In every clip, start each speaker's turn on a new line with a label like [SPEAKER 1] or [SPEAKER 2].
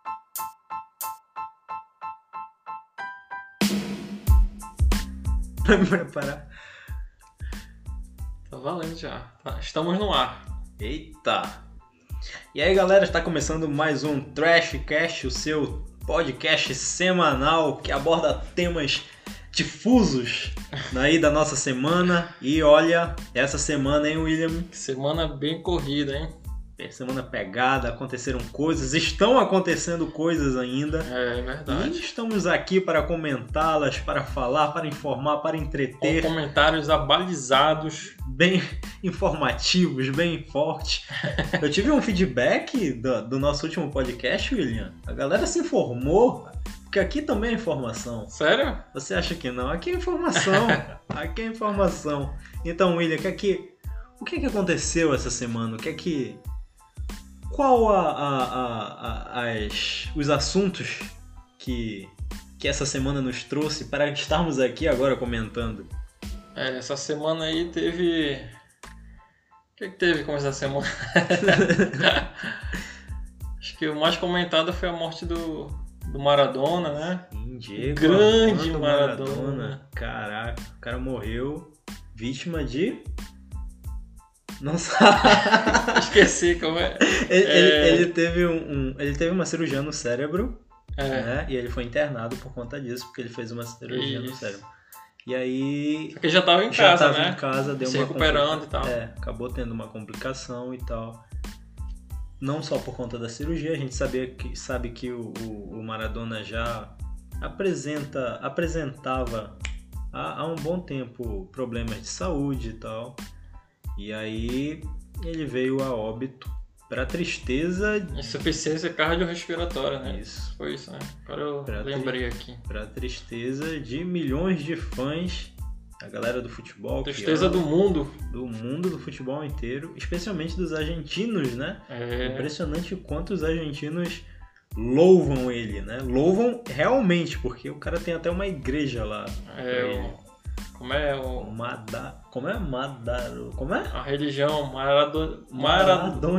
[SPEAKER 1] pra me preparar.
[SPEAKER 2] Tá valendo já. Tá, estamos no ar.
[SPEAKER 1] Eita! E aí galera, está começando mais um Trashcast, o seu podcast semanal que aborda temas difusos aí da nossa semana. E olha, essa semana, hein, William? É
[SPEAKER 2] Semana bem corrida, hein?
[SPEAKER 1] Semana pegada, aconteceram coisas, estão acontecendo coisas ainda.
[SPEAKER 2] É
[SPEAKER 1] E
[SPEAKER 2] verdade.
[SPEAKER 1] estamos aqui para comentá-las, para falar, para informar, para
[SPEAKER 2] Com
[SPEAKER 1] entreter,
[SPEAKER 2] comentários abalizados.
[SPEAKER 1] bem informativos, bem fortes. Eu tive um feedback do, do nosso último podcast, William. A galera se informou, porque aqui também é informação.
[SPEAKER 2] Sério?
[SPEAKER 1] Você acha que não? Aqui é informação. Aqui é informação. Então, William, o que é que, o que, é que aconteceu essa semana? O que é que. Qual a, a- a- a- as, os assuntos que, que essa semana nos trouxe para estarmos aqui agora comentando?
[SPEAKER 2] É, essa semana aí teve. O que, que teve como essa semana? Acho que o mais comentado foi a morte do, do Maradona, né?
[SPEAKER 1] Hum, Diego,
[SPEAKER 2] Grande
[SPEAKER 1] Armando
[SPEAKER 2] Maradona.
[SPEAKER 1] Caraca, o cara morreu vítima de. Não sabe.
[SPEAKER 2] Esqueci como é.
[SPEAKER 1] Ele, ele-
[SPEAKER 2] É.
[SPEAKER 1] ele teve um- um, ele teve uma cirurgia no cérebro.
[SPEAKER 2] É.
[SPEAKER 1] né? E ele foi internado por conta disso, porque ele fez uma cirurgia no
[SPEAKER 2] Isso.
[SPEAKER 1] cérebro. E aí
[SPEAKER 2] Porque já tava em
[SPEAKER 1] já
[SPEAKER 2] casa,
[SPEAKER 1] tava
[SPEAKER 2] né?
[SPEAKER 1] em casa, deu
[SPEAKER 2] Se
[SPEAKER 1] uma
[SPEAKER 2] recuperando e tal.
[SPEAKER 1] complica- É, acabou tendo uma complicação e tal. Não só por conta da cirurgia, a gente sabia que, sabe que o, o- o Maradona já apresenta, apresentava há, há um bom tempo problemas de saúde e tal. E aí ele veio a óbito para tristeza,
[SPEAKER 2] Insuficiência cardiorrespiratória, né?
[SPEAKER 1] isso,
[SPEAKER 2] Foi isso, né? Agora eu
[SPEAKER 1] Pra
[SPEAKER 2] lembrei aqui.
[SPEAKER 1] Pra tristeza de milhões de fãs, a galera do futebol, que é
[SPEAKER 2] Tristeza
[SPEAKER 1] ama,
[SPEAKER 2] do mundo.
[SPEAKER 1] do mundo do futebol inteiro, especialmente dos argentinos, né?
[SPEAKER 2] É,
[SPEAKER 1] Impressionante o quanto os argentinos louvam ele, né? Louvam realmente, porque o cara tem até uma igreja lá.
[SPEAKER 2] é o, como é o,
[SPEAKER 1] Mada, como é Madaro? Como é?
[SPEAKER 2] a religião marado, marado,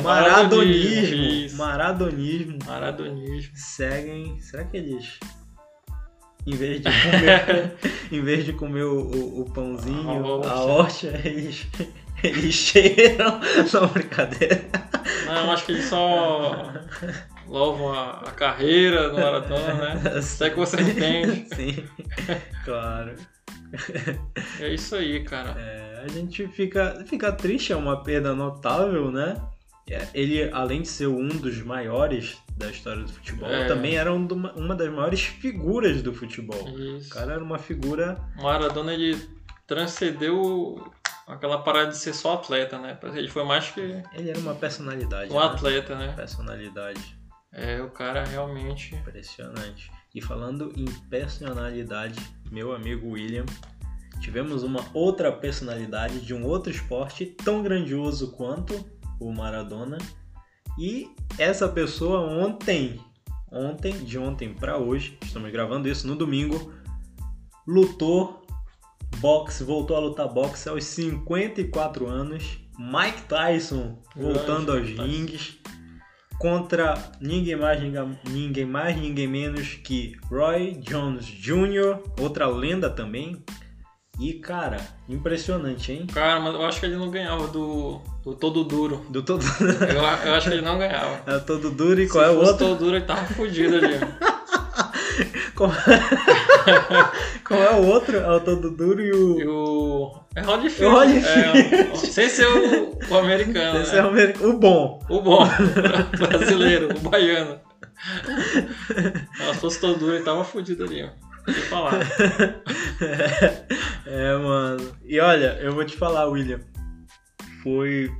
[SPEAKER 1] Maradonismo,
[SPEAKER 2] Maradonismo,
[SPEAKER 1] maradonismo,
[SPEAKER 2] isso.
[SPEAKER 1] maradonismo.
[SPEAKER 2] maradonismo.
[SPEAKER 1] seguem. Será que eles. Em vez de comer, em vez de comer o, o- o pãozinho,
[SPEAKER 2] A
[SPEAKER 1] a
[SPEAKER 2] horta.
[SPEAKER 1] horta, eles, eles cheiram. Não, brincadeira.
[SPEAKER 2] Não, eu acho que eles só louvam a, a carreira do Maradona, né? Isso é que você entende.
[SPEAKER 1] Sim, claro.
[SPEAKER 2] É isso aí, cara.
[SPEAKER 1] É, a gente fica, fica triste, é uma perda notável, né? É, Ele, além de ser um dos maiores da história do futebol,
[SPEAKER 2] É.
[SPEAKER 1] também era um do- uma das maiores figuras do futebol. O
[SPEAKER 2] É Isso.
[SPEAKER 1] cara era uma figura
[SPEAKER 2] Maradona, ele transcendeu aquela parada de ser só atleta, né? Ele foi mais que
[SPEAKER 1] Ele era uma personalidade.
[SPEAKER 2] um
[SPEAKER 1] né?
[SPEAKER 2] atleta, né?
[SPEAKER 1] Personalidade.
[SPEAKER 2] É, o cara realmente...
[SPEAKER 1] Impressionante. E falando em personalidade, meu amigo William, tivemos uma outra personalidade de um outro esporte tão grandioso quanto o Maradona. E essa pessoa ontem, ontem, de ontem pra hoje, estamos gravando isso no domingo, lutou boxe, voltou a lutar boxe aos 54 anos. Mike Tyson voltando aos
[SPEAKER 2] Grande Tyson.
[SPEAKER 1] rings contra ninguém mais, ninguém, ninguém mais, ninguém menos que Roy Jones Jr., outra lenda também. E cara, impressionante, hein?
[SPEAKER 2] Cara, mas eu acho que ele não ganhava do, do Todo Duro.
[SPEAKER 1] Do todo,
[SPEAKER 2] Eu, eu acho que ele não ganhava.
[SPEAKER 1] é todo duro e qual é
[SPEAKER 2] Se
[SPEAKER 1] o
[SPEAKER 2] fosse
[SPEAKER 1] outro?
[SPEAKER 2] Todo Duro, ele tava fudido ali.
[SPEAKER 1] Qual... Qual é o outro? É o todo duro e o.
[SPEAKER 2] E o... É Holyfield.
[SPEAKER 1] Holyfield.
[SPEAKER 2] É, sem ser o, o americano,
[SPEAKER 1] Esse
[SPEAKER 2] né?
[SPEAKER 1] é o, amer- o bom.
[SPEAKER 2] O bom, o brasileiro, o baiano. Se fosse Todo Duro, ele tava fudido ali, ó. Não sei falar.
[SPEAKER 1] É, mano. E olha, eu vou te falar, William. Foi.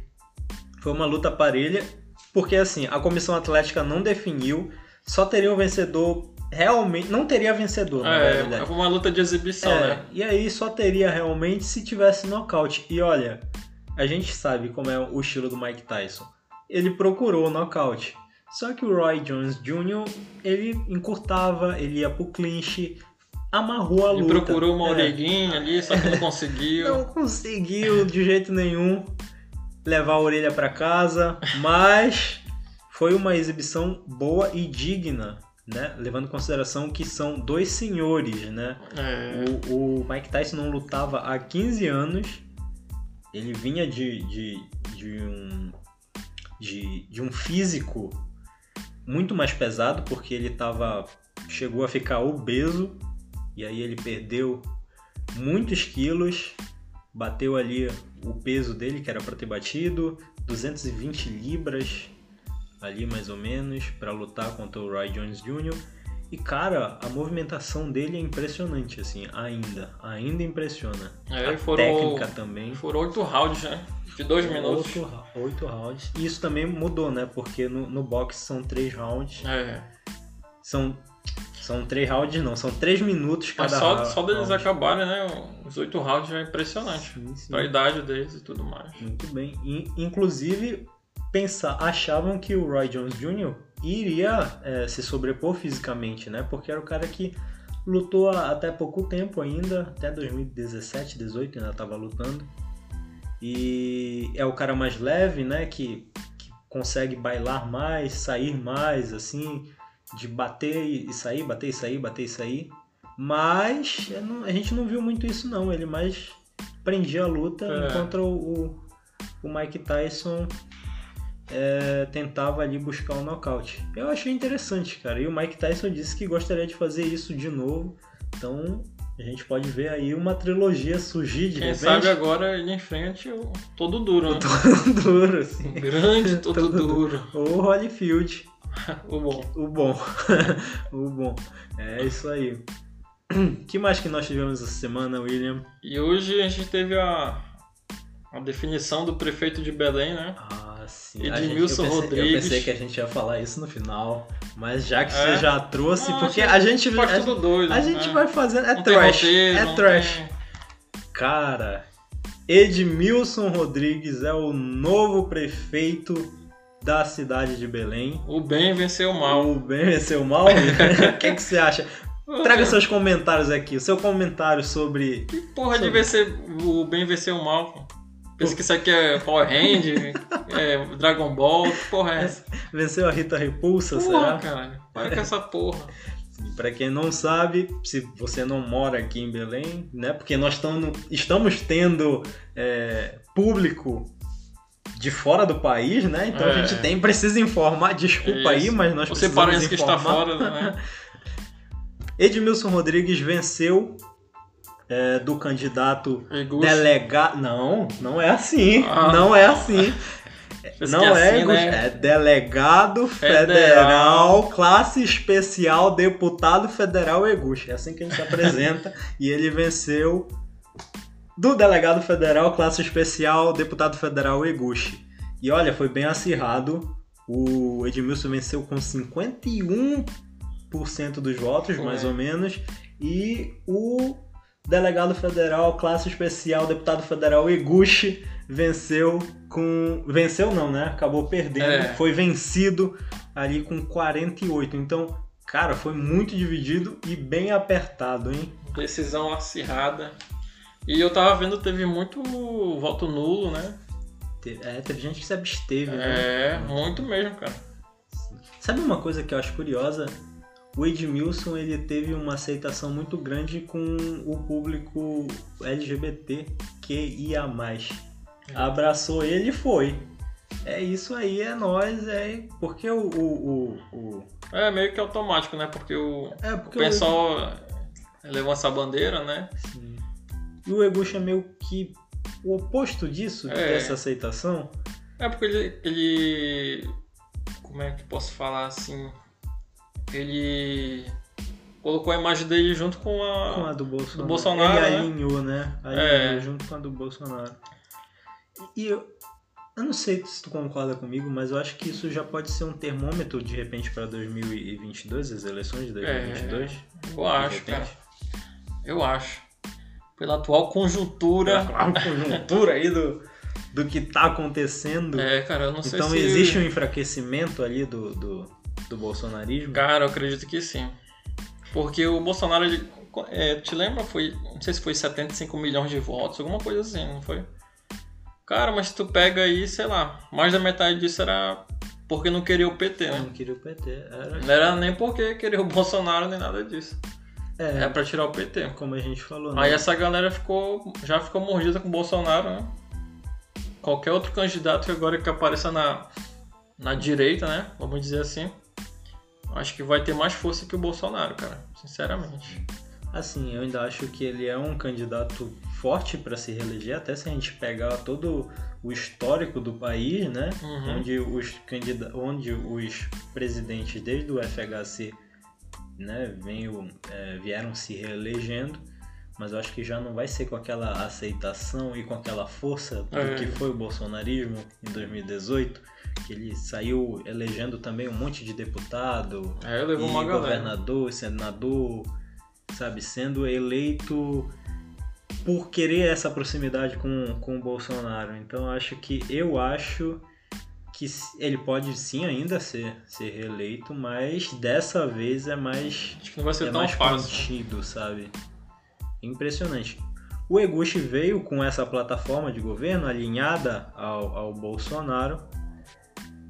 [SPEAKER 1] Foi uma luta parelha, porque assim, a comissão atlética não definiu, só teria um vencedor realmente. Não teria vencedor, na
[SPEAKER 2] É, é
[SPEAKER 1] verdade.
[SPEAKER 2] uma luta de exibição,
[SPEAKER 1] É,
[SPEAKER 2] né?
[SPEAKER 1] E aí só teria realmente se tivesse nocaute. E olha, a gente sabe como é o estilo do Mike Tyson. Ele procurou o nocaute. Só que o Roy Jones Jr., ele encurtava, ele ia pro clinch, amarrou a
[SPEAKER 2] Ele
[SPEAKER 1] luta.
[SPEAKER 2] procurou uma
[SPEAKER 1] É.
[SPEAKER 2] orelhinha ali, só que não conseguiu.
[SPEAKER 1] Não conseguiu de jeito nenhum levar a orelha pra casa, mas foi uma exibição boa e digna, né? Levando em consideração que são dois senhores, né?
[SPEAKER 2] É.
[SPEAKER 1] O, o Mike Tyson não lutava há 15 anos. Ele vinha de, de, de um, de, de um físico muito mais pesado, porque ele tava, chegou a ficar obeso. E aí ele perdeu muitos quilos. Bateu ali o peso dele, que era para ter batido. 220 libras ali mais ou menos para lutar contra o Roy Jones Jr. E cara, a movimentação dele é impressionante assim, ainda, ainda impressiona.
[SPEAKER 2] É,
[SPEAKER 1] a
[SPEAKER 2] ele furou-
[SPEAKER 1] técnica também.
[SPEAKER 2] Foram oito rounds, né? De dois minutos.
[SPEAKER 1] Oito, ra- oito rounds. E isso também mudou, né? Porque no, no boxe são três rounds.
[SPEAKER 2] É.
[SPEAKER 1] São são três rounds não, são três minutos
[SPEAKER 2] Mas
[SPEAKER 1] cada
[SPEAKER 2] só,
[SPEAKER 1] ra-
[SPEAKER 2] só deles
[SPEAKER 1] round.
[SPEAKER 2] acabarem, né? Os oito rounds é impressionante.
[SPEAKER 1] Sim, sim.
[SPEAKER 2] Pra idade deles e tudo mais.
[SPEAKER 1] Muito bem. E, inclusive, pensa, achavam que o Roy Jones Jr. iria eh, se sobrepor fisicamente, né? Porque era o cara que lutou há- até pouco tempo ainda, até 2017, 2018 ainda estava lutando. E é o cara mais leve, né? Que, que consegue bailar mais, sair mais, assim, de bater e e sair, bater e sair, bater e sair. Mas eu não- a gente não viu muito isso não. Ele mais prendia a luta
[SPEAKER 2] É.
[SPEAKER 1] enquanto o, o Mike Tyson é, tentava ali buscar o nocaute. Eu achei interessante, cara. E o Mike Tyson disse que gostaria de fazer isso de novo. Então a gente pode ver aí uma trilogia surgir de
[SPEAKER 2] Quem
[SPEAKER 1] repente.
[SPEAKER 2] sabe agora ele enfrente o todo duro, né?
[SPEAKER 1] Duro, assim.
[SPEAKER 2] O grande todo
[SPEAKER 1] Todo
[SPEAKER 2] duro.
[SPEAKER 1] Ou Holyfield.
[SPEAKER 2] O bom.
[SPEAKER 1] O bom. o bom. É isso aí. que mais que nós tivemos essa semana, William?
[SPEAKER 2] E hoje a gente teve a, a definição do prefeito de Belém, né?
[SPEAKER 1] Ah, sim.
[SPEAKER 2] E
[SPEAKER 1] A
[SPEAKER 2] de
[SPEAKER 1] gente-
[SPEAKER 2] Wilson
[SPEAKER 1] eu pensei, Eu
[SPEAKER 2] Rodrigues.
[SPEAKER 1] pensei que a gente ia falar isso no final, mas já que
[SPEAKER 2] É.
[SPEAKER 1] você já trouxe,
[SPEAKER 2] Não,
[SPEAKER 1] porque
[SPEAKER 2] a
[SPEAKER 1] a gente, a,
[SPEAKER 2] Faz tudo doido.
[SPEAKER 1] a gente
[SPEAKER 2] né?
[SPEAKER 1] vai fazendo. É
[SPEAKER 2] Não tem
[SPEAKER 1] trash.
[SPEAKER 2] roteiro,
[SPEAKER 1] é
[SPEAKER 2] não
[SPEAKER 1] trash.
[SPEAKER 2] tem-
[SPEAKER 1] Cara, Edmilson Rodrigues é o novo prefeito da cidade de Belém.
[SPEAKER 2] O bem venceu o mal.
[SPEAKER 1] O bem venceu o mal? O que, que você acha? Traga seus comentários aqui. O seu comentário sobre
[SPEAKER 2] Que porra de vencer o bem vencer o mal, pô? Pensa que isso aqui é Power Hand, é Dragon Ball, que porra é essa?
[SPEAKER 1] Venceu a Rita Repulsa, será?
[SPEAKER 2] Porra, cara. Para com essa porra.
[SPEAKER 1] Pra quem não sabe, se você não mora aqui em Belém, né? Porque nós tamo, estamos tendo é, público de fora do país, né? Então
[SPEAKER 2] É.
[SPEAKER 1] a gente tem precisa informar. Desculpa aí,
[SPEAKER 2] Isso.
[SPEAKER 1] mas nós
[SPEAKER 2] Você
[SPEAKER 1] precisamos
[SPEAKER 2] parece que está
[SPEAKER 1] informar.
[SPEAKER 2] fora, né?
[SPEAKER 1] Edmilson Rodrigues venceu é, do candidato
[SPEAKER 2] Iguchi.
[SPEAKER 1] delegado. Não, não é assim.
[SPEAKER 2] Ah.
[SPEAKER 1] Não é assim.
[SPEAKER 2] Pensa
[SPEAKER 1] Não
[SPEAKER 2] que
[SPEAKER 1] é,
[SPEAKER 2] assim,
[SPEAKER 1] Gus-
[SPEAKER 2] né?
[SPEAKER 1] é delegado federal, classe especial, deputado federal Eguchi. É assim que a gente se apresenta. e ele venceu do delegado federal, classe especial, deputado federal Eguchi. E olha, foi bem acirrado. O Edmilson venceu com 51% dos votos,
[SPEAKER 2] Foi.
[SPEAKER 1] mais ou menos. E o delegado federal, classe especial, deputado federal Eguchi venceu com. Venceu não, né? Acabou perdendo.
[SPEAKER 2] É.
[SPEAKER 1] Foi vencido ali com 48. Então, cara, foi muito dividido e bem apertado, hein?
[SPEAKER 2] Decisão acirrada. E eu tava vendo, teve muito voto nulo, né?
[SPEAKER 1] Te- É, teve gente que se absteve, né?
[SPEAKER 2] É, muito mesmo, cara.
[SPEAKER 1] Sabe uma coisa que eu acho curiosa? O Edmilson ele teve uma aceitação muito grande com o público LGBT que ia mais. Abraçou ele e foi. É isso aí, é nós, é porque o, o- o- o-
[SPEAKER 2] É meio que automático, né? Porque o
[SPEAKER 1] é
[SPEAKER 2] o
[SPEAKER 1] porque o-
[SPEAKER 2] pessoal eh, levou essa bandeira, né?
[SPEAKER 1] Sim. E o Eguchi é meio que o oposto disso,
[SPEAKER 2] É.
[SPEAKER 1] dessa aceitação.
[SPEAKER 2] É porque ele, ele. Como é que eu posso falar assim? Ele colocou a imagem dele junto com a.
[SPEAKER 1] com a do Bolsonaro.
[SPEAKER 2] do Bolsonaro,
[SPEAKER 1] Ele
[SPEAKER 2] né?
[SPEAKER 1] alinhou, né? Alinhou
[SPEAKER 2] É.
[SPEAKER 1] junto com a do Bolsonaro. E eu, eu não sei se tu concorda comigo, mas eu acho que isso já pode ser um termômetro de repente para 2022, as eleições de 2022.
[SPEAKER 2] É, Eu acho,
[SPEAKER 1] de repente.
[SPEAKER 2] cara. Eu acho. Pela atual conjuntura.
[SPEAKER 1] Claro, a conjuntura aí do, do que tá acontecendo.
[SPEAKER 2] É, cara, eu não sei
[SPEAKER 1] então
[SPEAKER 2] se.
[SPEAKER 1] existe um enfraquecimento ali do, do, do bolsonarismo.
[SPEAKER 2] Cara, eu acredito que sim. Porque o Bolsonaro, ele, é, te lembra? Foi, não sei se foi 75 milhões de votos, alguma coisa assim, não foi? Cara, mas se tu pega aí, sei lá, mais da metade disso era Porque não queria o PT,
[SPEAKER 1] Eu
[SPEAKER 2] né?
[SPEAKER 1] não queria o PT. Era,
[SPEAKER 2] Não era nem porque queria o Bolsonaro nem nada disso.
[SPEAKER 1] é,
[SPEAKER 2] É pra tirar o PT.
[SPEAKER 1] como a gente falou, né?
[SPEAKER 2] Aí essa galera ficou, já ficou mordida com o Bolsonaro, né? Qualquer outro candidato que agora que apareça na, na direita, né? Vamos dizer assim. Acho que vai ter mais força que o Bolsonaro, cara. Sinceramente.
[SPEAKER 1] Assim, eu ainda acho que ele é um candidato forte para se reeleger, até se a gente pegar todo o histórico do país, né?
[SPEAKER 2] Uhum.
[SPEAKER 1] Onde, os candida onde os presidentes desde o FHC né, veio, é, vieram se reelegendo, mas eu acho que já não vai ser com aquela aceitação e com aquela força do
[SPEAKER 2] É.
[SPEAKER 1] que foi o bolsonarismo em 2018, que ele saiu elegendo também um monte de deputado,
[SPEAKER 2] Aí É, levou
[SPEAKER 1] e
[SPEAKER 2] uma galera.
[SPEAKER 1] governador, senador, sabe, sendo eleito por querer essa proximidade com, com o Bolsonaro. Então acho que eu acho que s- ele pode sim ainda ser, ser reeleito, mas dessa vez é mais
[SPEAKER 2] Acho que não vai ser
[SPEAKER 1] é
[SPEAKER 2] tão
[SPEAKER 1] mais
[SPEAKER 2] fácil.
[SPEAKER 1] contido, sabe? Impressionante. O Eguchi veio com essa plataforma de governo alinhada ao, ao Bolsonaro.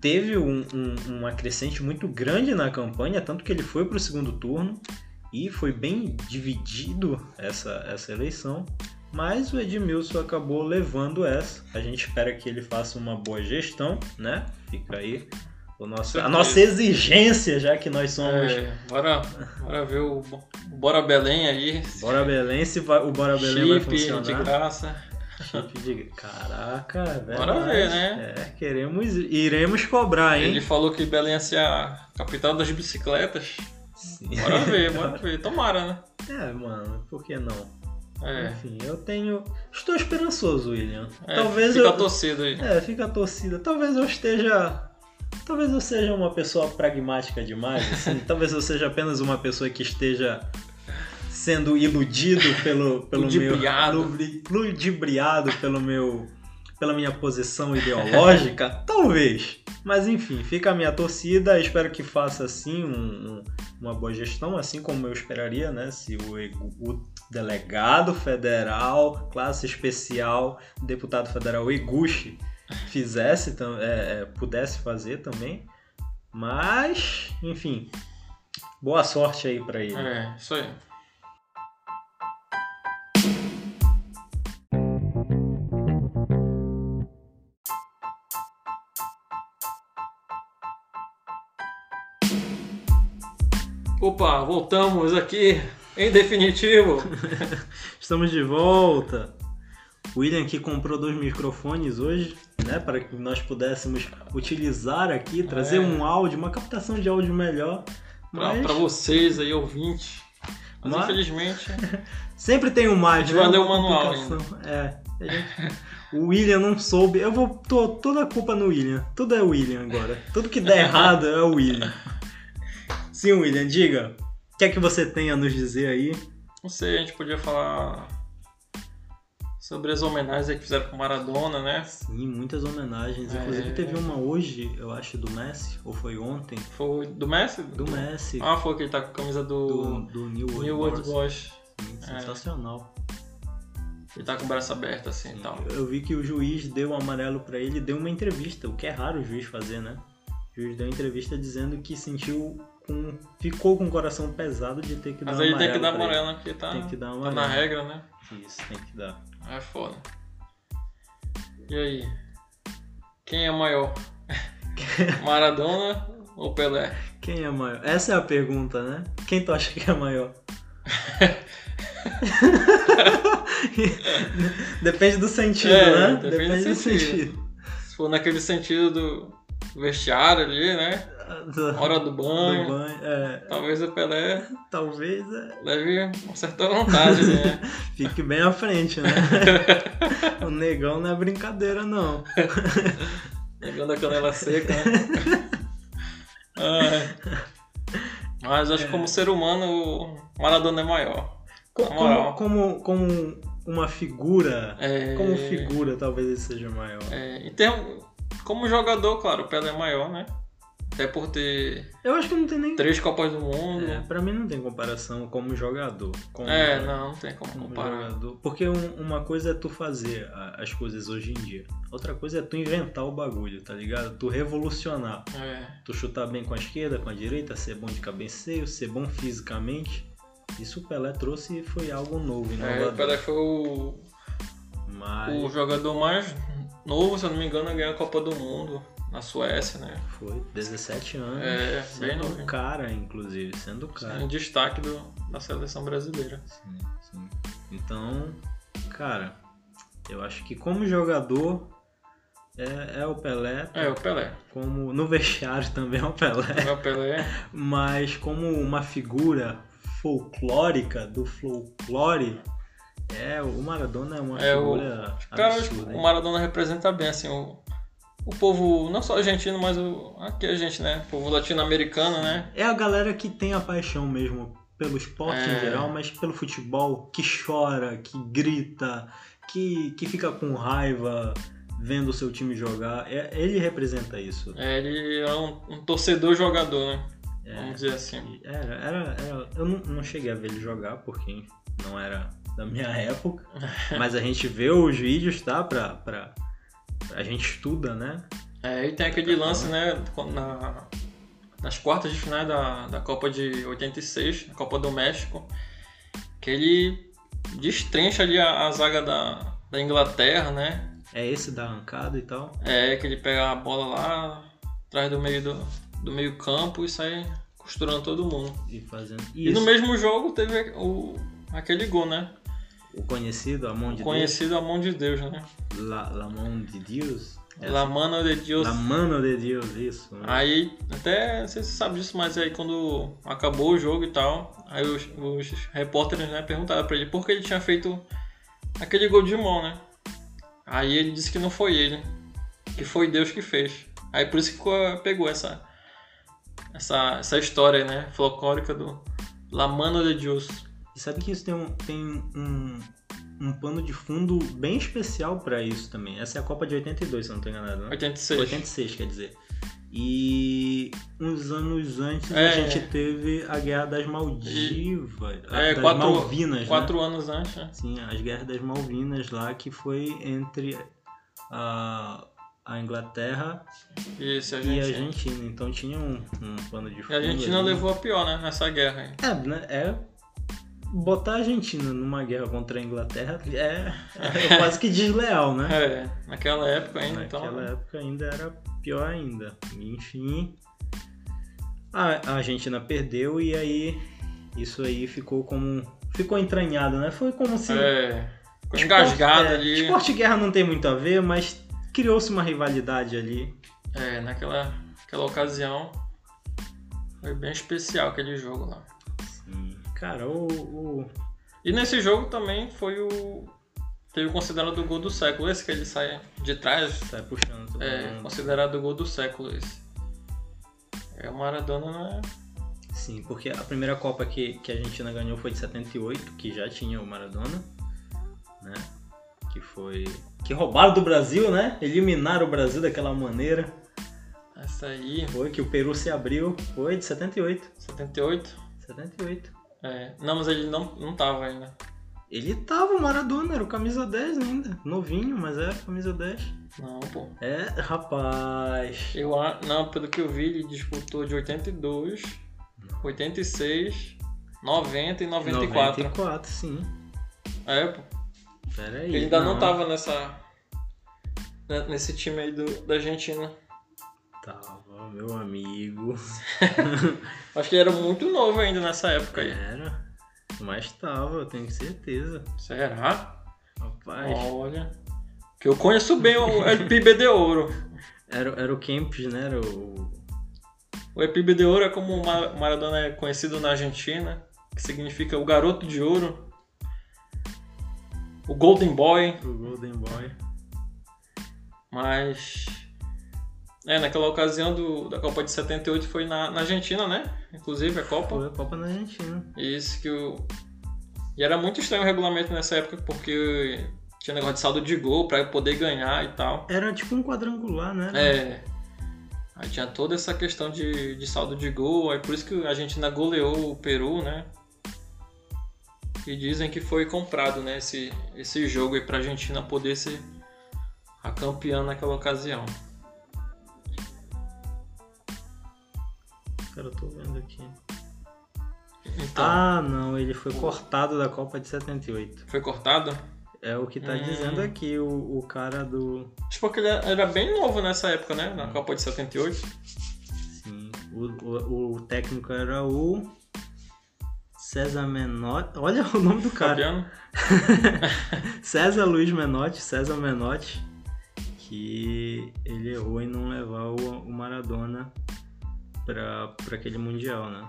[SPEAKER 1] Teve um, um, uma crescente muito grande na campanha, tanto que ele foi para o segundo turno e foi bem dividido essa, essa eleição. Mas o Edmilson acabou levando essa. A gente espera que ele faça uma boa gestão, né? Fica aí o nosso, a
[SPEAKER 2] Certeza.
[SPEAKER 1] nossa exigência, já que nós somos
[SPEAKER 2] É, bora, bora ver o Bo- o Bora Belém aí.
[SPEAKER 1] Bora Belém, se vai- o Bora Belém vai
[SPEAKER 2] Chip de
[SPEAKER 1] funcionar.
[SPEAKER 2] graça.
[SPEAKER 1] Chip de Caraca, velho.
[SPEAKER 2] Bora ver, né?
[SPEAKER 1] É, queremos, iremos cobrar, hein?
[SPEAKER 2] Ele falou que Belém ia ser a capital das bicicletas.
[SPEAKER 1] Sim.
[SPEAKER 2] Bora ver, bora ver. Tomara, né?
[SPEAKER 1] É, mano, por que não?
[SPEAKER 2] É.
[SPEAKER 1] Enfim, eu tenho. Estou esperançoso, William.
[SPEAKER 2] É,
[SPEAKER 1] Talvez
[SPEAKER 2] fica
[SPEAKER 1] eu.
[SPEAKER 2] torcida aí.
[SPEAKER 1] É, fica a torcida. Talvez eu esteja. Talvez eu seja uma pessoa pragmática demais, assim. Talvez eu seja apenas uma pessoa que esteja sendo iludido pelo, pelo
[SPEAKER 2] Ludibriado.
[SPEAKER 1] meu. lubri- Ludibriado pelo meu. pela minha posição ideológica. Talvez. Mas enfim, fica a minha torcida. Espero que faça assim um- um- uma boa gestão, assim como eu esperaria, né? Se o, Egu- o delegado federal, classe especial, deputado federal Iguchi fizesse, tam- é, é, pudesse fazer também. Mas, enfim, boa sorte aí pra ele.
[SPEAKER 2] É, isso aí. Opa, voltamos aqui em definitivo.
[SPEAKER 1] Estamos de volta. O William que comprou dois microfones hoje, né, para que nós pudéssemos utilizar aqui, trazer
[SPEAKER 2] É.
[SPEAKER 1] um áudio, uma captação de áudio melhor.
[SPEAKER 2] Pra,
[SPEAKER 1] Mas
[SPEAKER 2] pra vocês aí, ouvintes. Mas,
[SPEAKER 1] Mas-
[SPEAKER 2] infelizmente.
[SPEAKER 1] sempre tem um mais,
[SPEAKER 2] gente vai
[SPEAKER 1] né?
[SPEAKER 2] ler o
[SPEAKER 1] Uma
[SPEAKER 2] manual
[SPEAKER 1] complicação. É. a gente- O William não soube. Eu vou. Tô, toda a culpa no William. Tudo é o William agora. Tudo que der errado é o William. Sim, William, diga. O que é que você tem a nos dizer aí?
[SPEAKER 2] Não sei, a gente podia falar sobre as homenagens aí que fizeram com Maradona, né?
[SPEAKER 1] Sim, muitas homenagens. Inclusive
[SPEAKER 2] É.
[SPEAKER 1] teve uma hoje, eu acho, do Messi, ou foi ontem,
[SPEAKER 2] Foi do Messi?
[SPEAKER 1] do Messi,
[SPEAKER 2] Ah, foi que ele tá com a camisa
[SPEAKER 1] do,
[SPEAKER 2] do,
[SPEAKER 1] do New
[SPEAKER 2] do
[SPEAKER 1] World,
[SPEAKER 2] New World
[SPEAKER 1] Wars.
[SPEAKER 2] Boys.
[SPEAKER 1] Sim,
[SPEAKER 2] É.
[SPEAKER 1] Sensacional.
[SPEAKER 2] Ele tá com o braço aberto assim e tal.
[SPEAKER 1] Eu vi que o juiz deu um amarelo pra ele, e deu uma entrevista, o que é raro o juiz fazer, né? O juiz deu uma entrevista dizendo que sentiu com- ficou com o coração pesado de ter que dar
[SPEAKER 2] Mas
[SPEAKER 1] um
[SPEAKER 2] aí
[SPEAKER 1] amarelo.
[SPEAKER 2] ele tem que dar
[SPEAKER 1] pra ele.
[SPEAKER 2] amarelo, né? Porque tá,
[SPEAKER 1] Tem que dar um
[SPEAKER 2] tá
[SPEAKER 1] amarelo.
[SPEAKER 2] na regra, né?
[SPEAKER 1] Isso, tem que dar.
[SPEAKER 2] Aí É foda. E aí? Quem é maior? Maradona ou Pelé?
[SPEAKER 1] Quem é maior? Essa é a pergunta, né? Quem tu acha que é maior? depende do sentido,
[SPEAKER 2] É,
[SPEAKER 1] né?
[SPEAKER 2] depende do sentido. Se for naquele sentido do vestiário ali, né?
[SPEAKER 1] Do,
[SPEAKER 2] Hora do
[SPEAKER 1] do
[SPEAKER 2] banho.
[SPEAKER 1] banho. É,
[SPEAKER 2] Talvez o Pelé
[SPEAKER 1] talvez é,
[SPEAKER 2] leve uma certa vantagem, né?
[SPEAKER 1] fique bem à frente, né? o negão não é brincadeira, não.
[SPEAKER 2] Pegando a canela seca, né? Ai. Mas acho que como ser humano o Maradona é maior.
[SPEAKER 1] Co-
[SPEAKER 2] Na moral.
[SPEAKER 1] Como, como, como uma figura.
[SPEAKER 2] É,
[SPEAKER 1] Como figura, talvez ele seja maior.
[SPEAKER 2] um, é, em termo- como jogador, claro, o Pelé é maior, né? Até por ter
[SPEAKER 1] Eu acho que não tem nem.
[SPEAKER 2] três Copas do Mundo.
[SPEAKER 1] É, pra mim não tem comparação como jogador. Como,
[SPEAKER 2] É, não, não tem como
[SPEAKER 1] como
[SPEAKER 2] comparar.
[SPEAKER 1] jogador. Porque um- uma coisa é tu fazer a- as coisas hoje em dia. Outra coisa é tu inventar o bagulho, tá ligado? Tu revolucionar.
[SPEAKER 2] É,
[SPEAKER 1] Tu chutar bem com a esquerda, com a direita, ser bom de cabeceio, ser bom fisicamente. Isso o Pelé trouxe e foi algo novo,
[SPEAKER 2] é, o
[SPEAKER 1] inovador.
[SPEAKER 2] Pelé foi o,
[SPEAKER 1] Mas
[SPEAKER 2] o jogador mais novo, se eu não me engano, a ganhar a Copa do Mundo na Suécia, né?
[SPEAKER 1] foi 17 anos.
[SPEAKER 2] É, bem
[SPEAKER 1] sendo
[SPEAKER 2] novo.
[SPEAKER 1] o cara, inclusive, sendo o cara.
[SPEAKER 2] Um destaque do, da seleção brasileira.
[SPEAKER 1] Sim, sim. Então, cara, eu acho que como jogador é, é o Pelé,
[SPEAKER 2] É, o Pelé.
[SPEAKER 1] como no vestiário também é o Pelé,
[SPEAKER 2] É o Pelé.
[SPEAKER 1] mas como uma figura folclórica do folclore, é o Maradona é uma
[SPEAKER 2] É, o-
[SPEAKER 1] figura
[SPEAKER 2] Cara, acho que
[SPEAKER 1] absurda.
[SPEAKER 2] o
[SPEAKER 1] hein?
[SPEAKER 2] Maradona representa bem, assim, o, o povo, não só argentino, mas o, aqui a gente, né? O povo latino-americano, né?
[SPEAKER 1] É a galera que tem a paixão mesmo pelo esporte
[SPEAKER 2] É.
[SPEAKER 1] em geral, mas pelo futebol, que chora, que grita, que, que fica com raiva vendo o seu time jogar. É- ele representa isso.
[SPEAKER 2] É, ele é um, um torcedor-jogador, né? Vamos dizer assim.
[SPEAKER 1] E é, Era, era, era- eu não, não cheguei a ver ele jogar, porque não era da minha época. Mas a gente vê os vídeos, tá? Pra, pra, a gente estuda, né?
[SPEAKER 2] É, e tem aquele lance, né, quando na- nas quartas de final da, da Copa de 86, a Copa do México, que ele destrincha ali a, a zaga da, da Inglaterra, né?
[SPEAKER 1] É esse da arrancada e tal.
[SPEAKER 2] É, que ele pega a bola lá atrás do meio do, do meio campo e sai costurando todo mundo.
[SPEAKER 1] E fazendo.
[SPEAKER 2] E no
[SPEAKER 1] isso,
[SPEAKER 2] mesmo jogo teve o, aquele gol, né?
[SPEAKER 1] o conhecido, a mão de
[SPEAKER 2] Conhecido a mão de Deus, né?
[SPEAKER 1] Deus. La, la mão de Deus. É,
[SPEAKER 2] La mano de Deus.
[SPEAKER 1] La mano de Deus, isso. né?
[SPEAKER 2] Aí, até, não sei se você sabe disso, mas aí quando acabou o jogo e tal, aí os, os repórteres né, perguntaram pra ele por que ele tinha feito aquele gol de mão, né? Aí ele disse que não foi ele, que foi Deus que fez. Aí por isso que ficou- pegou essa, essa, essa história, né, folclórica do La Mano de Deus.
[SPEAKER 1] E sabe que isso tem um, tem um, um pano de fundo bem especial pra isso também. Essa é a Copa de 82, se eu não tô enganado, né?
[SPEAKER 2] 86.
[SPEAKER 1] 86, quer dizer. E uns anos antes
[SPEAKER 2] É.
[SPEAKER 1] a gente teve a Guerra das Maldivas.
[SPEAKER 2] É,
[SPEAKER 1] das
[SPEAKER 2] quatro-
[SPEAKER 1] Malvinas, né?
[SPEAKER 2] Quatro anos antes, né?
[SPEAKER 1] Sim, as Guerras das Malvinas lá, que foi entre a, a Inglaterra
[SPEAKER 2] Isso, a
[SPEAKER 1] e
[SPEAKER 2] gente.
[SPEAKER 1] a Argentina. Então tinha um, um pano de
[SPEAKER 2] E
[SPEAKER 1] fundo.
[SPEAKER 2] a Argentina
[SPEAKER 1] ali.
[SPEAKER 2] levou a pior, né, nessa guerra aí.
[SPEAKER 1] É, né? É. Botar a Argentina numa guerra contra a Inglaterra é, é quase que desleal, né?
[SPEAKER 2] É, naquela época ainda, então.
[SPEAKER 1] Naquela época ainda era pior ainda. Enfim, a, a Argentina perdeu e aí isso aí ficou como um, ficou entranhado, né? Foi como se
[SPEAKER 2] É. Ficou
[SPEAKER 1] esporte-
[SPEAKER 2] engasgado
[SPEAKER 1] é,
[SPEAKER 2] ali.
[SPEAKER 1] Esporte e guerra não tem muito a ver, mas criou-se uma rivalidade ali.
[SPEAKER 2] É, naquela aquela ocasião. Foi bem especial aquele jogo lá.
[SPEAKER 1] Sim. Cara, o, o-
[SPEAKER 2] E nesse jogo também foi o. Teve o considerado o gol do século. Esse que ele sai de trás.
[SPEAKER 1] sai tá puxando todo
[SPEAKER 2] É,
[SPEAKER 1] mundo.
[SPEAKER 2] considerado o gol do século esse. É o Maradona, né?
[SPEAKER 1] Sim, porque a primeira Copa que, que a Argentina ganhou foi de 78, que já tinha o Maradona, né? Que foi. Que roubaram do Brasil, né? Eliminaram o Brasil daquela maneira.
[SPEAKER 2] Essa aí,
[SPEAKER 1] Foi que o Peru se abriu. Foi de 78.
[SPEAKER 2] 78.
[SPEAKER 1] 78.
[SPEAKER 2] É. Não, mas ele não, não tava ainda.
[SPEAKER 1] Ele tava, o Maradona, era o camisa 10 ainda. Novinho, mas era camisa 10.
[SPEAKER 2] Não, pô.
[SPEAKER 1] É, rapaz.
[SPEAKER 2] Eu, a- não, pelo que eu vi, ele disputou de 82, 86, 90 e 94.
[SPEAKER 1] 94, sim.
[SPEAKER 2] É, pô.
[SPEAKER 1] Pera aí.
[SPEAKER 2] Ele ainda não, tava nessa. né, Nesse time aí do, da Argentina.
[SPEAKER 1] Tava, meu amigo.
[SPEAKER 2] Acho que ele era muito novo ainda nessa época aí.
[SPEAKER 1] Era. Mas tava, eu tenho certeza.
[SPEAKER 2] Será?
[SPEAKER 1] Rapaz.
[SPEAKER 2] Olha. Que eu conheço bem o LPB de Ouro.
[SPEAKER 1] Era, era o Kempis, né? Era o.
[SPEAKER 2] O LPB de Ouro é como o Mar- Maradona é conhecido na Argentina, que significa o garoto de ouro. O Golden Boy.
[SPEAKER 1] o Golden Boy.
[SPEAKER 2] Mas. É, naquela ocasião do- da Copa de 78 foi na, na Argentina, né? Inclusive a Copa.
[SPEAKER 1] Foi a Copa na Argentina.
[SPEAKER 2] E isso que o. E era muito estranho o regulamento nessa época, porque tinha negócio de saldo de gol pra poder ganhar e tal.
[SPEAKER 1] Era tipo um quadrangular, né?
[SPEAKER 2] É. Aí tinha toda essa questão de, de saldo de gol, aí por isso que a Argentina goleou o Peru, né? E dizem que foi comprado, né, esse, esse jogo aí pra Argentina poder ser a campeã naquela ocasião.
[SPEAKER 1] Cara, eu tô vendo aqui.
[SPEAKER 2] Então,
[SPEAKER 1] Ah, não, ele foi cortado da Copa de 78.
[SPEAKER 2] foi cortado?
[SPEAKER 1] É o que tá
[SPEAKER 2] Hum.
[SPEAKER 1] dizendo aqui o, o cara do.
[SPEAKER 2] Tipo, porque ele era bem novo nessa época, né?
[SPEAKER 1] Hum.
[SPEAKER 2] Na Copa de 78.
[SPEAKER 1] Sim, o, o, o técnico era o. César Menotti. Olha o nome do cara.
[SPEAKER 2] Fabiano.
[SPEAKER 1] César Luiz Menotti, César Menotti, que ele errou em não levar o, o Maradona pra, pra aquele Mundial, né?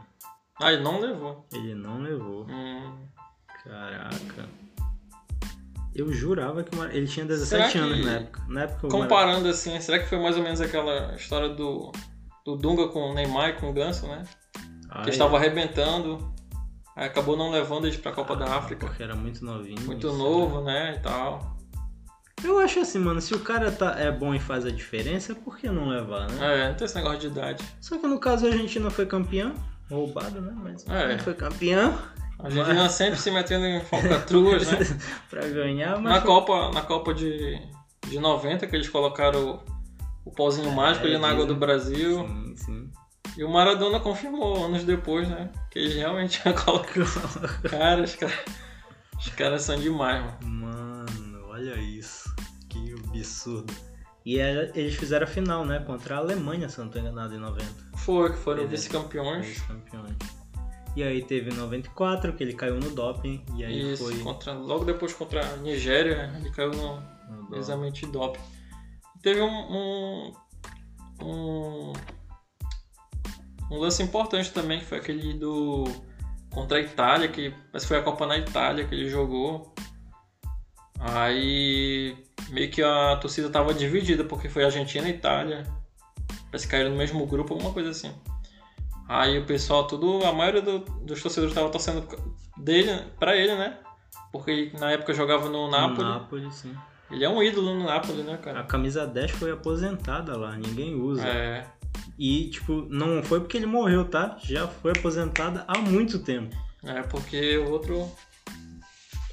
[SPEAKER 2] Ah, ele não levou.
[SPEAKER 1] Ele não levou.
[SPEAKER 2] Hum.
[SPEAKER 1] Caraca. Eu jurava que o Mar... ele tinha 17
[SPEAKER 2] Será que-
[SPEAKER 1] anos na época. Na época o Mara-
[SPEAKER 2] Comparando assim, será que foi mais ou menos aquela história do, do Dunga com o Neymar e com o Ganso, né?
[SPEAKER 1] Ah,
[SPEAKER 2] que eles estavam arrebentando, aí acabou não levando eles pra Copa da
[SPEAKER 1] é,
[SPEAKER 2] África.
[SPEAKER 1] Porque era muito novinho.
[SPEAKER 2] Muito
[SPEAKER 1] isso, né?
[SPEAKER 2] novo, né? E tal.
[SPEAKER 1] Eu acho assim, mano, se o cara tá, é bom e faz a diferença, por que não levar, né?
[SPEAKER 2] É, não tem esse negócio de idade.
[SPEAKER 1] Só que no caso a Argentina foi campeã. Roubado, né? Mas
[SPEAKER 2] É.
[SPEAKER 1] foi campeã
[SPEAKER 2] A Argentina sempre se metendo em falcatruas, né?
[SPEAKER 1] pra ganhar, mas.
[SPEAKER 2] Na Copa, na Copa de, de 90, que eles colocaram o, o pauzinho
[SPEAKER 1] É,
[SPEAKER 2] mágico ali na água do Brasil.
[SPEAKER 1] Sim, sim.
[SPEAKER 2] E o Maradona confirmou anos depois, né? Que eles realmente tinham colocado. Cara, os caras. Os caras são demais, mano.
[SPEAKER 1] Mano, olha isso. Que absurdo. E era- eles fizeram a final, né? Contra a Alemanha, se eu não tô enganado, em 90.
[SPEAKER 2] Foi, que foram
[SPEAKER 1] Ele-
[SPEAKER 2] vice-campeões.
[SPEAKER 1] Eles campeões. E aí teve 94, que ele caiu no doping. E aí
[SPEAKER 2] Isso,
[SPEAKER 1] foi.
[SPEAKER 2] contra, logo depois contra a Nigéria, né? ele caiu no
[SPEAKER 1] no doping.
[SPEAKER 2] exame de doping. Teve um, um, um. um lance importante também, que foi aquele do. contra a Itália, que mas foi a Copa na Itália que ele jogou. Aí meio que a torcida tava dividida, porque foi Argentina e Itália. Parece que caíram no mesmo grupo, alguma coisa assim. Aí o pessoal, tudo, a maioria do- dos torcedores tava torcendo dele, pra ele, né? Porque ele, na época jogava no
[SPEAKER 1] No
[SPEAKER 2] Napoli.
[SPEAKER 1] Nápoles, sim.
[SPEAKER 2] Ele é um ídolo no Napoli, né, cara?
[SPEAKER 1] A camisa 10 foi aposentada lá, ninguém usa.
[SPEAKER 2] É.
[SPEAKER 1] E, tipo, não foi porque ele morreu, tá? Já foi aposentada há muito tempo.
[SPEAKER 2] É, porque o outro.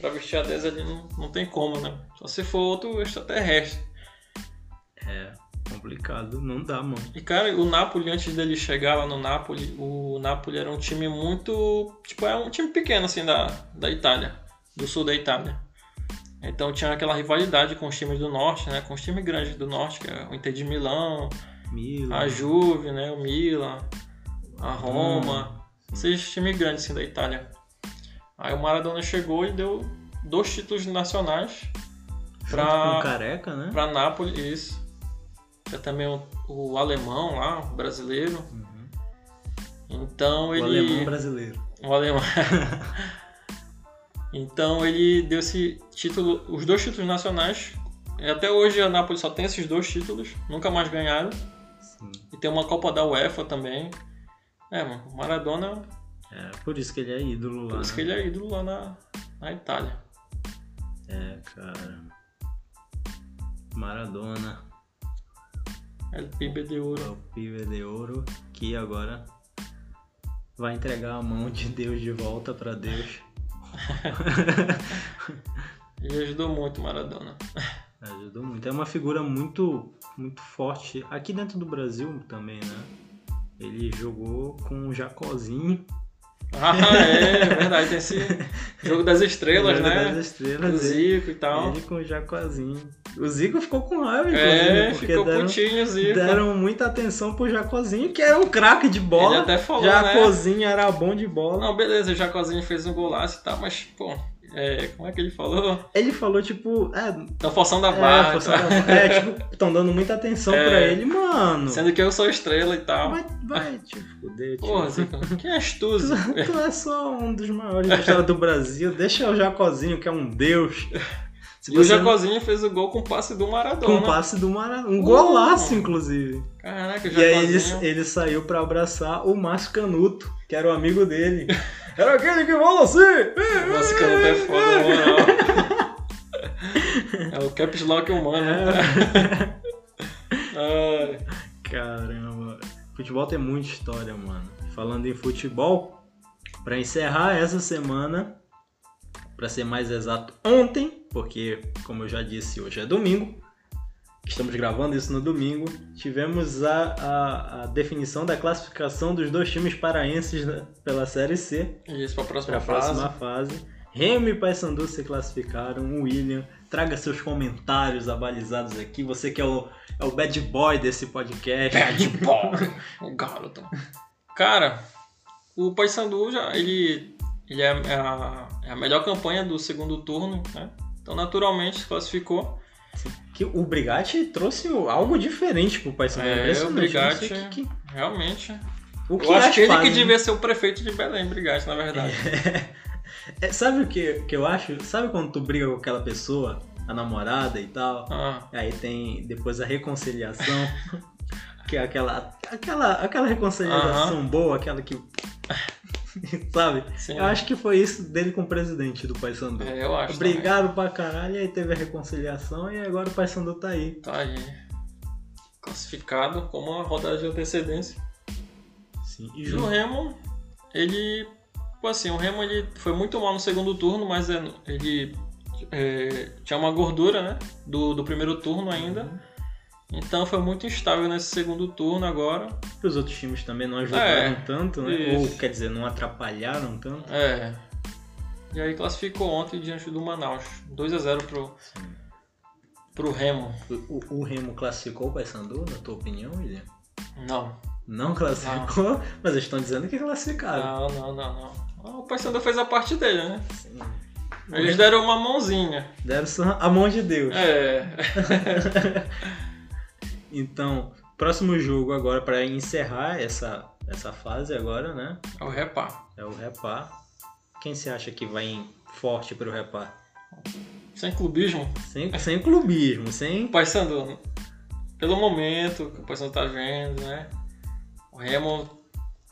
[SPEAKER 2] Pra vestir a 10 ali não, não tem como, né? Só se for outro extraterrestre.
[SPEAKER 1] É, complicado. Não dá, mano.
[SPEAKER 2] E, cara, o Napoli, antes dele chegar lá no Napoli, o Napoli era um time muito. Tipo, é um time pequeno, assim, da, da Itália. Do sul da Itália. Então tinha aquela rivalidade com os times do norte, né? Com os times grandes do norte, que é o Inter de Milão,
[SPEAKER 1] Mila.
[SPEAKER 2] a Juve, né? O Milan, a Roma.
[SPEAKER 1] Hum.
[SPEAKER 2] Esses times grandes assim, da Itália. Aí o Maradona chegou e deu dois títulos nacionais
[SPEAKER 1] Junto com o
[SPEAKER 2] pra,
[SPEAKER 1] careca, né?
[SPEAKER 2] pra Nápoles. Isso. Tinha também o, o alemão lá, o brasileiro.
[SPEAKER 1] Uhum.
[SPEAKER 2] Então
[SPEAKER 1] O
[SPEAKER 2] ele.
[SPEAKER 1] alemão brasileiro.
[SPEAKER 2] O alemão. então ele deu esse título, os dois títulos nacionais. E Até hoje a Nápoles só tem esses dois títulos, nunca mais ganharam.
[SPEAKER 1] Sim.
[SPEAKER 2] E tem uma Copa da UEFA também. É, mano, o Maradona,
[SPEAKER 1] É, por isso que ele é ídolo lá.
[SPEAKER 2] por isso que
[SPEAKER 1] né?
[SPEAKER 2] ele é ídolo lá na, na Itália.
[SPEAKER 1] É, cara. Maradona,
[SPEAKER 2] El Pibe de
[SPEAKER 1] é
[SPEAKER 2] Ouro.
[SPEAKER 1] o pibe de ouro que agora vai entregar a mão de Deus de volta pra Deus.
[SPEAKER 2] Ele ajudou muito o Maradona.
[SPEAKER 1] Ajudou muito. É uma figura muito, muito forte aqui dentro do Brasil também, né? Ele jogou com o Jacozinho,
[SPEAKER 2] Ah, é, é verdade, tem esse jogo das estrelas,
[SPEAKER 1] Jogo
[SPEAKER 2] né?
[SPEAKER 1] das
[SPEAKER 2] Do
[SPEAKER 1] estrelas. Ele,
[SPEAKER 2] Zico e tal.
[SPEAKER 1] ele com o Jacozinho. O Zico ficou com raiva, inclusive,
[SPEAKER 2] É,
[SPEAKER 1] porque
[SPEAKER 2] ficou
[SPEAKER 1] deram,
[SPEAKER 2] putinho o Zico.
[SPEAKER 1] deram muita atenção pro Jacozinho, que era um craque de bola.
[SPEAKER 2] Ele até falou,
[SPEAKER 1] Já a
[SPEAKER 2] né?
[SPEAKER 1] cozinha era bom de bola.
[SPEAKER 2] Não, beleza, o Jacozinho fez um golaço e tal, mas, pô, é, como é que ele falou?
[SPEAKER 1] Ele falou, tipo, é,
[SPEAKER 2] Tá forçando a
[SPEAKER 1] é,
[SPEAKER 2] barra. e
[SPEAKER 1] força
[SPEAKER 2] tal.
[SPEAKER 1] da- é, tipo, estão dando muita atenção
[SPEAKER 2] É.
[SPEAKER 1] pra ele, mano.
[SPEAKER 2] Sendo que eu sou estrela e tal.
[SPEAKER 1] Vai, vai, te fuder, tio.
[SPEAKER 2] Porra, Zico, quem és tu, Zico?
[SPEAKER 1] Tu é só um dos maiores da história do Brasil. Deixa o Jacozinho, que é um deus. Se
[SPEAKER 2] E o
[SPEAKER 1] você não-
[SPEAKER 2] Jacozinho fez o gol com o passe do
[SPEAKER 1] Com
[SPEAKER 2] Maradona.
[SPEAKER 1] o passe do Maradona. Um
[SPEAKER 2] Uh.
[SPEAKER 1] golaço, inclusive.
[SPEAKER 2] Caraca, o
[SPEAKER 1] E aí ele,
[SPEAKER 2] Jacozinho.
[SPEAKER 1] ele saiu pra abraçar o Márcio Canuto, que era o amigo dele. Era aquele que falou assim!
[SPEAKER 2] Nossa, que não é foda, na moral. É
[SPEAKER 1] É.
[SPEAKER 2] o caps lock humano, né? Ai,
[SPEAKER 1] Caramba. Futebol tem muita história, mano. Falando em futebol, pra encerrar essa semana, pra ser mais exato, ontem, porque como eu já disse, hoje é domingo. Estamos gravando isso no domingo. Tivemos a, a- a definição da classificação dos dois times paraenses né, pela Série C
[SPEAKER 2] Isso pra próxima
[SPEAKER 1] para a
[SPEAKER 2] fase.
[SPEAKER 1] próxima fase. Remo e Paysandu se classificaram. William, traga seus comentários abalizados aqui. Você que é o, é o bad boy desse podcast.
[SPEAKER 2] Bad boy. o garoto. Cara, o Paysandu já, ele, ele é, é a, é a melhor campanha do segundo turno, né? Então, naturalmente, se classificou.
[SPEAKER 1] Que o Brigatti trouxe algo diferente pro Paysandu.
[SPEAKER 2] É, o
[SPEAKER 1] Impressionante, eu não sei
[SPEAKER 2] Brigatti-
[SPEAKER 1] que- que-
[SPEAKER 2] Realmente.
[SPEAKER 1] o que
[SPEAKER 2] Eu acho
[SPEAKER 1] as
[SPEAKER 2] que ele que
[SPEAKER 1] fazem, né?
[SPEAKER 2] devia ser o prefeito de Belém, Brigatti, na verdade.
[SPEAKER 1] É, sabe o que, que eu acho? Sabe quando tu briga com aquela pessoa, a namorada e tal?
[SPEAKER 2] Ah,
[SPEAKER 1] Aí tem depois a reconciliação, que é aquela, aquela, aquela reconciliação boa, aquela que. Sabe?
[SPEAKER 2] sim.
[SPEAKER 1] Eu acho que foi isso dele com o presidente do Paysandu.
[SPEAKER 2] É, eu acho. também.
[SPEAKER 1] Brigaram pra caralho, aí teve a reconciliação e agora o Paysandu tá aí.
[SPEAKER 2] Tá aí. Classificado como uma rodada de antecedência.
[SPEAKER 1] Sim, e
[SPEAKER 2] E o Remo, ele. Tipo assim, o Remo ele foi muito mal no segundo turno, mas é- ele é, tinha uma gordura, né? Do, do primeiro turno ainda.
[SPEAKER 1] Uhum.
[SPEAKER 2] Então foi muito instável nesse segundo turno agora.
[SPEAKER 1] Os outros times também não ajudaram
[SPEAKER 2] É,
[SPEAKER 1] tanto, né?
[SPEAKER 2] isso.
[SPEAKER 1] Ou quer dizer, não atrapalharam tanto.
[SPEAKER 2] É. E aí classificou ontem diante do Manaus. 2 a 0 pro,
[SPEAKER 1] Sim.
[SPEAKER 2] pro Remo.
[SPEAKER 1] O, o- o Remo classificou o Paysandu, na tua opinião, William?
[SPEAKER 2] Não.
[SPEAKER 1] Não classificou, mas eles estão dizendo que classificaram.
[SPEAKER 2] Não, não, não, não. O Paysandu fez a parte dele, né?
[SPEAKER 1] Sim.
[SPEAKER 2] Eles
[SPEAKER 1] Uhum.
[SPEAKER 2] deram uma mãozinha.
[SPEAKER 1] Deram só a mão de Deus.
[SPEAKER 2] É.
[SPEAKER 1] Então, próximo jogo agora, pra encerrar essa, essa fase agora, né?
[SPEAKER 2] É o repá.
[SPEAKER 1] É o repar. Quem você acha que vai em forte pro repar?
[SPEAKER 2] Sem clubismo.
[SPEAKER 1] Sem, sem clubismo, sem.
[SPEAKER 2] Paysandu, pelo momento que o Paysandu tá vendo, né? O Remo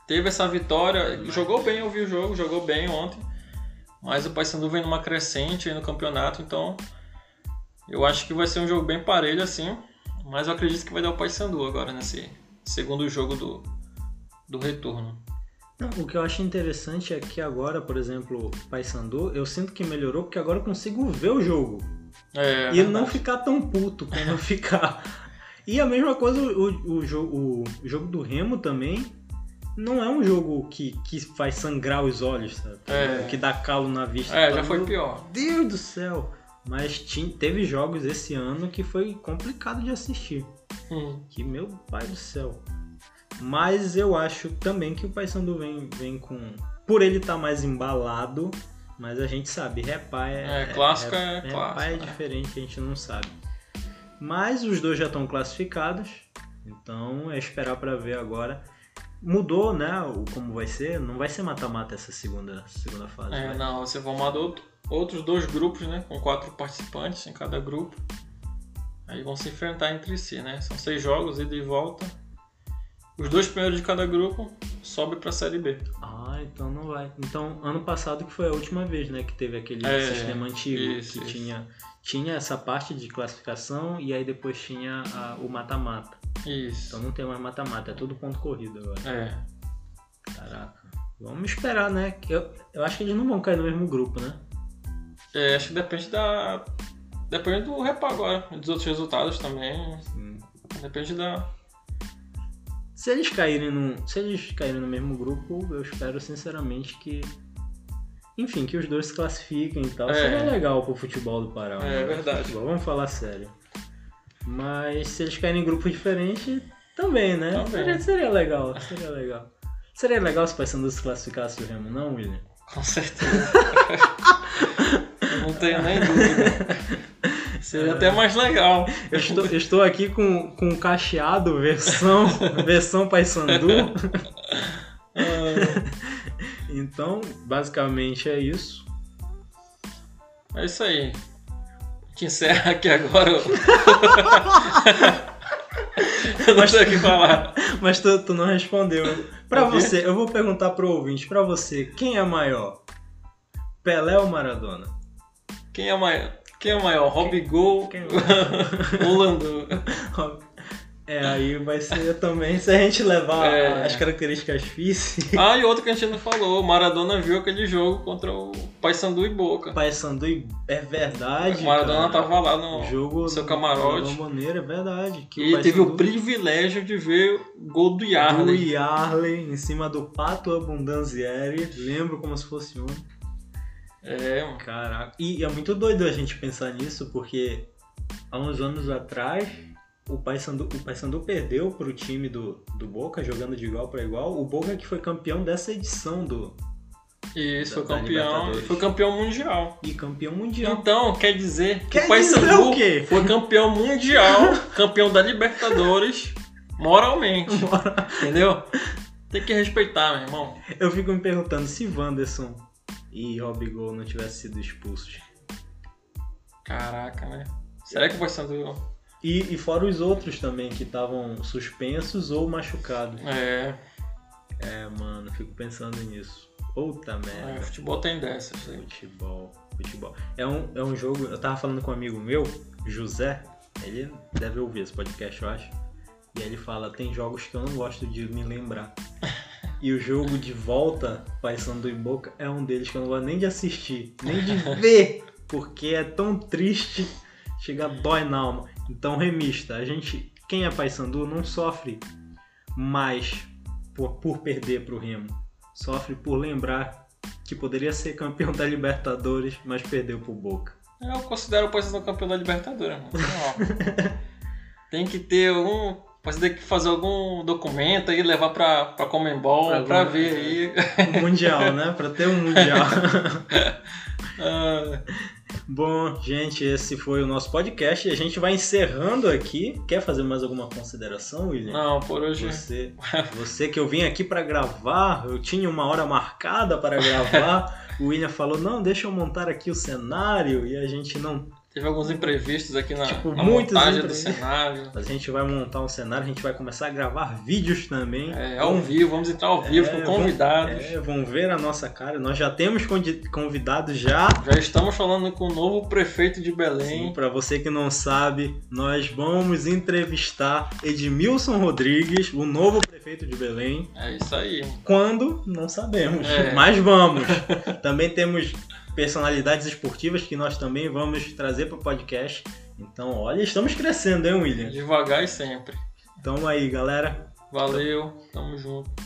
[SPEAKER 2] teve essa vitória, ele jogou bem, eu vi o jogo, jogou bem ontem. Mas o Paysandu vem numa crescente aí no campeonato, então eu acho que vai ser um jogo bem parelho assim. Mas eu acredito que vai dar o Paysandu agora nesse segundo jogo do, do retorno.
[SPEAKER 1] Não, o que eu acho interessante é que agora, por exemplo, Paysandu, eu sinto que melhorou porque agora eu consigo ver o jogo.
[SPEAKER 2] É,
[SPEAKER 1] e não ficar tão puto como eu ficar. E a mesma coisa, o, o, jo- o jogo do Remo também não é um jogo que, que faz sangrar os olhos, sabe?
[SPEAKER 2] É.
[SPEAKER 1] Que dá calo na vista.
[SPEAKER 2] é, já
[SPEAKER 1] Todo-
[SPEAKER 2] foi pior.
[SPEAKER 1] Deus do céu! Mas ti- teve jogos esse ano que foi complicado de assistir.
[SPEAKER 2] Hum,
[SPEAKER 1] Que meu pai do céu. Mas eu acho também que o Paysandu vem, vem com. Por ele estar mais embalado, mas a gente sabe, repá é.
[SPEAKER 2] É, clássico é
[SPEAKER 1] repá
[SPEAKER 2] clássico,
[SPEAKER 1] é
[SPEAKER 2] né?
[SPEAKER 1] diferente, a gente não sabe. Mas os dois já estão classificados, então é esperar pra ver agora. Mudou, né? O como vai ser? Não vai ser mata-mata essa segunda, segunda fase.
[SPEAKER 2] É,
[SPEAKER 1] vai?
[SPEAKER 2] não, você formado outro- outros dois grupos, né? Com quatro participantes em cada grupo. Aí vão se enfrentar entre si, né? São seis jogos, ida e volta. Os dois primeiros de cada grupo sobe pra Série B.
[SPEAKER 1] Ah, então não vai. Então, ano passado que foi a última vez, né, que teve aquele
[SPEAKER 2] É,
[SPEAKER 1] sistema antigo
[SPEAKER 2] isso,
[SPEAKER 1] que
[SPEAKER 2] isso.
[SPEAKER 1] tinha tinha essa parte de classificação e aí depois tinha a- o mata-mata. Então
[SPEAKER 2] Isso.
[SPEAKER 1] não tem mais mata-mata, é tudo ponto corrido agora.
[SPEAKER 2] É.
[SPEAKER 1] Caraca. Vamos esperar, né? que Eu, eu acho que eles não vão cair no mesmo grupo, né?
[SPEAKER 2] É, Acho que depende da. Depende do repá agora. e Dos outros resultados também.
[SPEAKER 1] Hum.
[SPEAKER 2] Depende da.
[SPEAKER 1] Se eles caírem no, se eles caírem no mesmo grupo, eu espero sinceramente que enfim, que os dois se classifiquem e tal.
[SPEAKER 2] É.
[SPEAKER 1] Seria legal pro futebol do Pará.
[SPEAKER 2] É,
[SPEAKER 1] né?
[SPEAKER 2] verdade.
[SPEAKER 1] Futebol, vamos falar sério. Mas se eles caírem em grupos diferentes, também, né?
[SPEAKER 2] Também.
[SPEAKER 1] Seria, seria legal, seria legal. Seria legal se o Paysandu se classificasse o Remo, não, William?
[SPEAKER 2] Com certeza. Não tenho nem dúvida. Seria até mais legal.
[SPEAKER 1] Eu estou, eu estou aqui com, com o cacheado versão, versão Paysandu.
[SPEAKER 2] Ah,
[SPEAKER 1] Então, basicamente é isso.
[SPEAKER 2] É isso aí. Te encerra aqui agora. Eu eu não sei o que falar.
[SPEAKER 1] Mas tu, tu não respondeu. né? Pra
[SPEAKER 2] O quê?
[SPEAKER 1] você, eu vou perguntar pro ouvinte, pra você, quem é maior? Pelé ou Maradona?
[SPEAKER 2] Quem é maior? Quem é maior? Robigol
[SPEAKER 1] Quem é
[SPEAKER 2] ou Landu?
[SPEAKER 1] maior? É, aí vai ser também se a gente levar
[SPEAKER 2] É.
[SPEAKER 1] as características físicas.
[SPEAKER 2] Ah, e outro que a gente não falou, o Maradona viu aquele jogo contra o Paysandu e Boca.
[SPEAKER 1] Paysandu e- é verdade.
[SPEAKER 2] O Maradona
[SPEAKER 1] cara.
[SPEAKER 2] tava lá
[SPEAKER 1] O
[SPEAKER 2] no.
[SPEAKER 1] jogo
[SPEAKER 2] no seu
[SPEAKER 1] do-
[SPEAKER 2] camarote.
[SPEAKER 1] De uma maneira, é verdade. Que
[SPEAKER 2] e ele teve o
[SPEAKER 1] Paysandu-
[SPEAKER 2] privilégio de ver o gol do
[SPEAKER 1] do
[SPEAKER 2] Yarley.
[SPEAKER 1] Yarley em cima do Pato Abundanzieri. Lembro como se fosse ontem.
[SPEAKER 2] É, mano.
[SPEAKER 1] Caraca. E é muito doido a gente pensar nisso, porque há uns anos atrás o Paysandu, o Paysandu perdeu pro time do, do Boca, jogando de igual para igual. O Boca que foi campeão dessa edição do.
[SPEAKER 2] E isso
[SPEAKER 1] Da-
[SPEAKER 2] foi
[SPEAKER 1] da
[SPEAKER 2] campeão.
[SPEAKER 1] Libertadores.
[SPEAKER 2] Foi campeão mundial.
[SPEAKER 1] E campeão mundial.
[SPEAKER 2] Então, quer dizer que
[SPEAKER 1] Quer
[SPEAKER 2] o Paysandu
[SPEAKER 1] dizer o quê?
[SPEAKER 2] foi campeão mundial, campeão da Libertadores, moralmente. Entendeu? Tem que respeitar, meu irmão.
[SPEAKER 1] Eu fico me perguntando se Wanderson e Robigol não tivessem sido expulsos.
[SPEAKER 2] Caraca, né? Será que o Paysandu.
[SPEAKER 1] E, e fora os outros também que estavam suspensos ou machucados.
[SPEAKER 2] É,
[SPEAKER 1] É, mano, fico pensando nisso. Puta merda.
[SPEAKER 2] é, futebol tem dessas. né?
[SPEAKER 1] Futebol, futebol. É um, é um jogo. Eu tava falando com um amigo meu, José. Ele deve ouvir esse podcast, eu acho. E aí ele fala: tem jogos que eu não gosto de me lembrar. E o jogo de volta, Paysandu e Boca, é um deles que eu não gosto nem de assistir, nem de ver, porque é tão triste, chega dói na alma. Então, remista, a gente, quem é Paysandu, não sofre mais por, por perder pro Remo, sofre por lembrar que poderia ser campeão da Libertadores, mas perdeu pro Boca.
[SPEAKER 2] Eu considero o Paysandu campeão da Libertadores, mano. Ó. Tem que ter algum. O Paysandu tem que fazer algum documento aí, levar pra, pra Comembol,
[SPEAKER 1] Pra
[SPEAKER 2] pra,
[SPEAKER 1] algum-
[SPEAKER 2] ver aí.
[SPEAKER 1] Um mundial, né? Pra ter um mundial.
[SPEAKER 2] Ah,
[SPEAKER 1] Bom, gente, esse foi o nosso podcast e a gente vai encerrando aqui. Quer fazer mais alguma consideração, William?
[SPEAKER 2] não, por Ah, hoje. é
[SPEAKER 1] Você, você que eu vim aqui pra gravar, eu tinha uma hora marcada para gravar. O William falou: não, deixa eu montar aqui o cenário e a gente não.
[SPEAKER 2] Teve alguns imprevistos aqui na,
[SPEAKER 1] Tipo,
[SPEAKER 2] na
[SPEAKER 1] muitos
[SPEAKER 2] montagem do
[SPEAKER 1] imprevistos.
[SPEAKER 2] cenário.
[SPEAKER 1] A gente vai montar um cenário, a gente vai começar a gravar vídeos também.
[SPEAKER 2] É, ao vivo, vamos entrar ao vivo
[SPEAKER 1] É,
[SPEAKER 2] com
[SPEAKER 1] vamos-
[SPEAKER 2] convidados.
[SPEAKER 1] É, vão ver a nossa cara. Nós já temos condi- convidados já.
[SPEAKER 2] Já estamos falando com o novo prefeito de
[SPEAKER 1] Sim,
[SPEAKER 2] Belém.
[SPEAKER 1] para você que não sabe, nós vamos entrevistar Edmilson Rodrigues, o novo prefeito de Belém.
[SPEAKER 2] É isso aí.
[SPEAKER 1] Quando? Não sabemos,
[SPEAKER 2] É.
[SPEAKER 1] mas vamos. também temos personalidades esportivas que nós também vamos trazer para o podcast. Então, olha, estamos crescendo, hein, William?
[SPEAKER 2] Devagar e sempre.
[SPEAKER 1] Então aí, galera.
[SPEAKER 2] Valeu, tamo junto.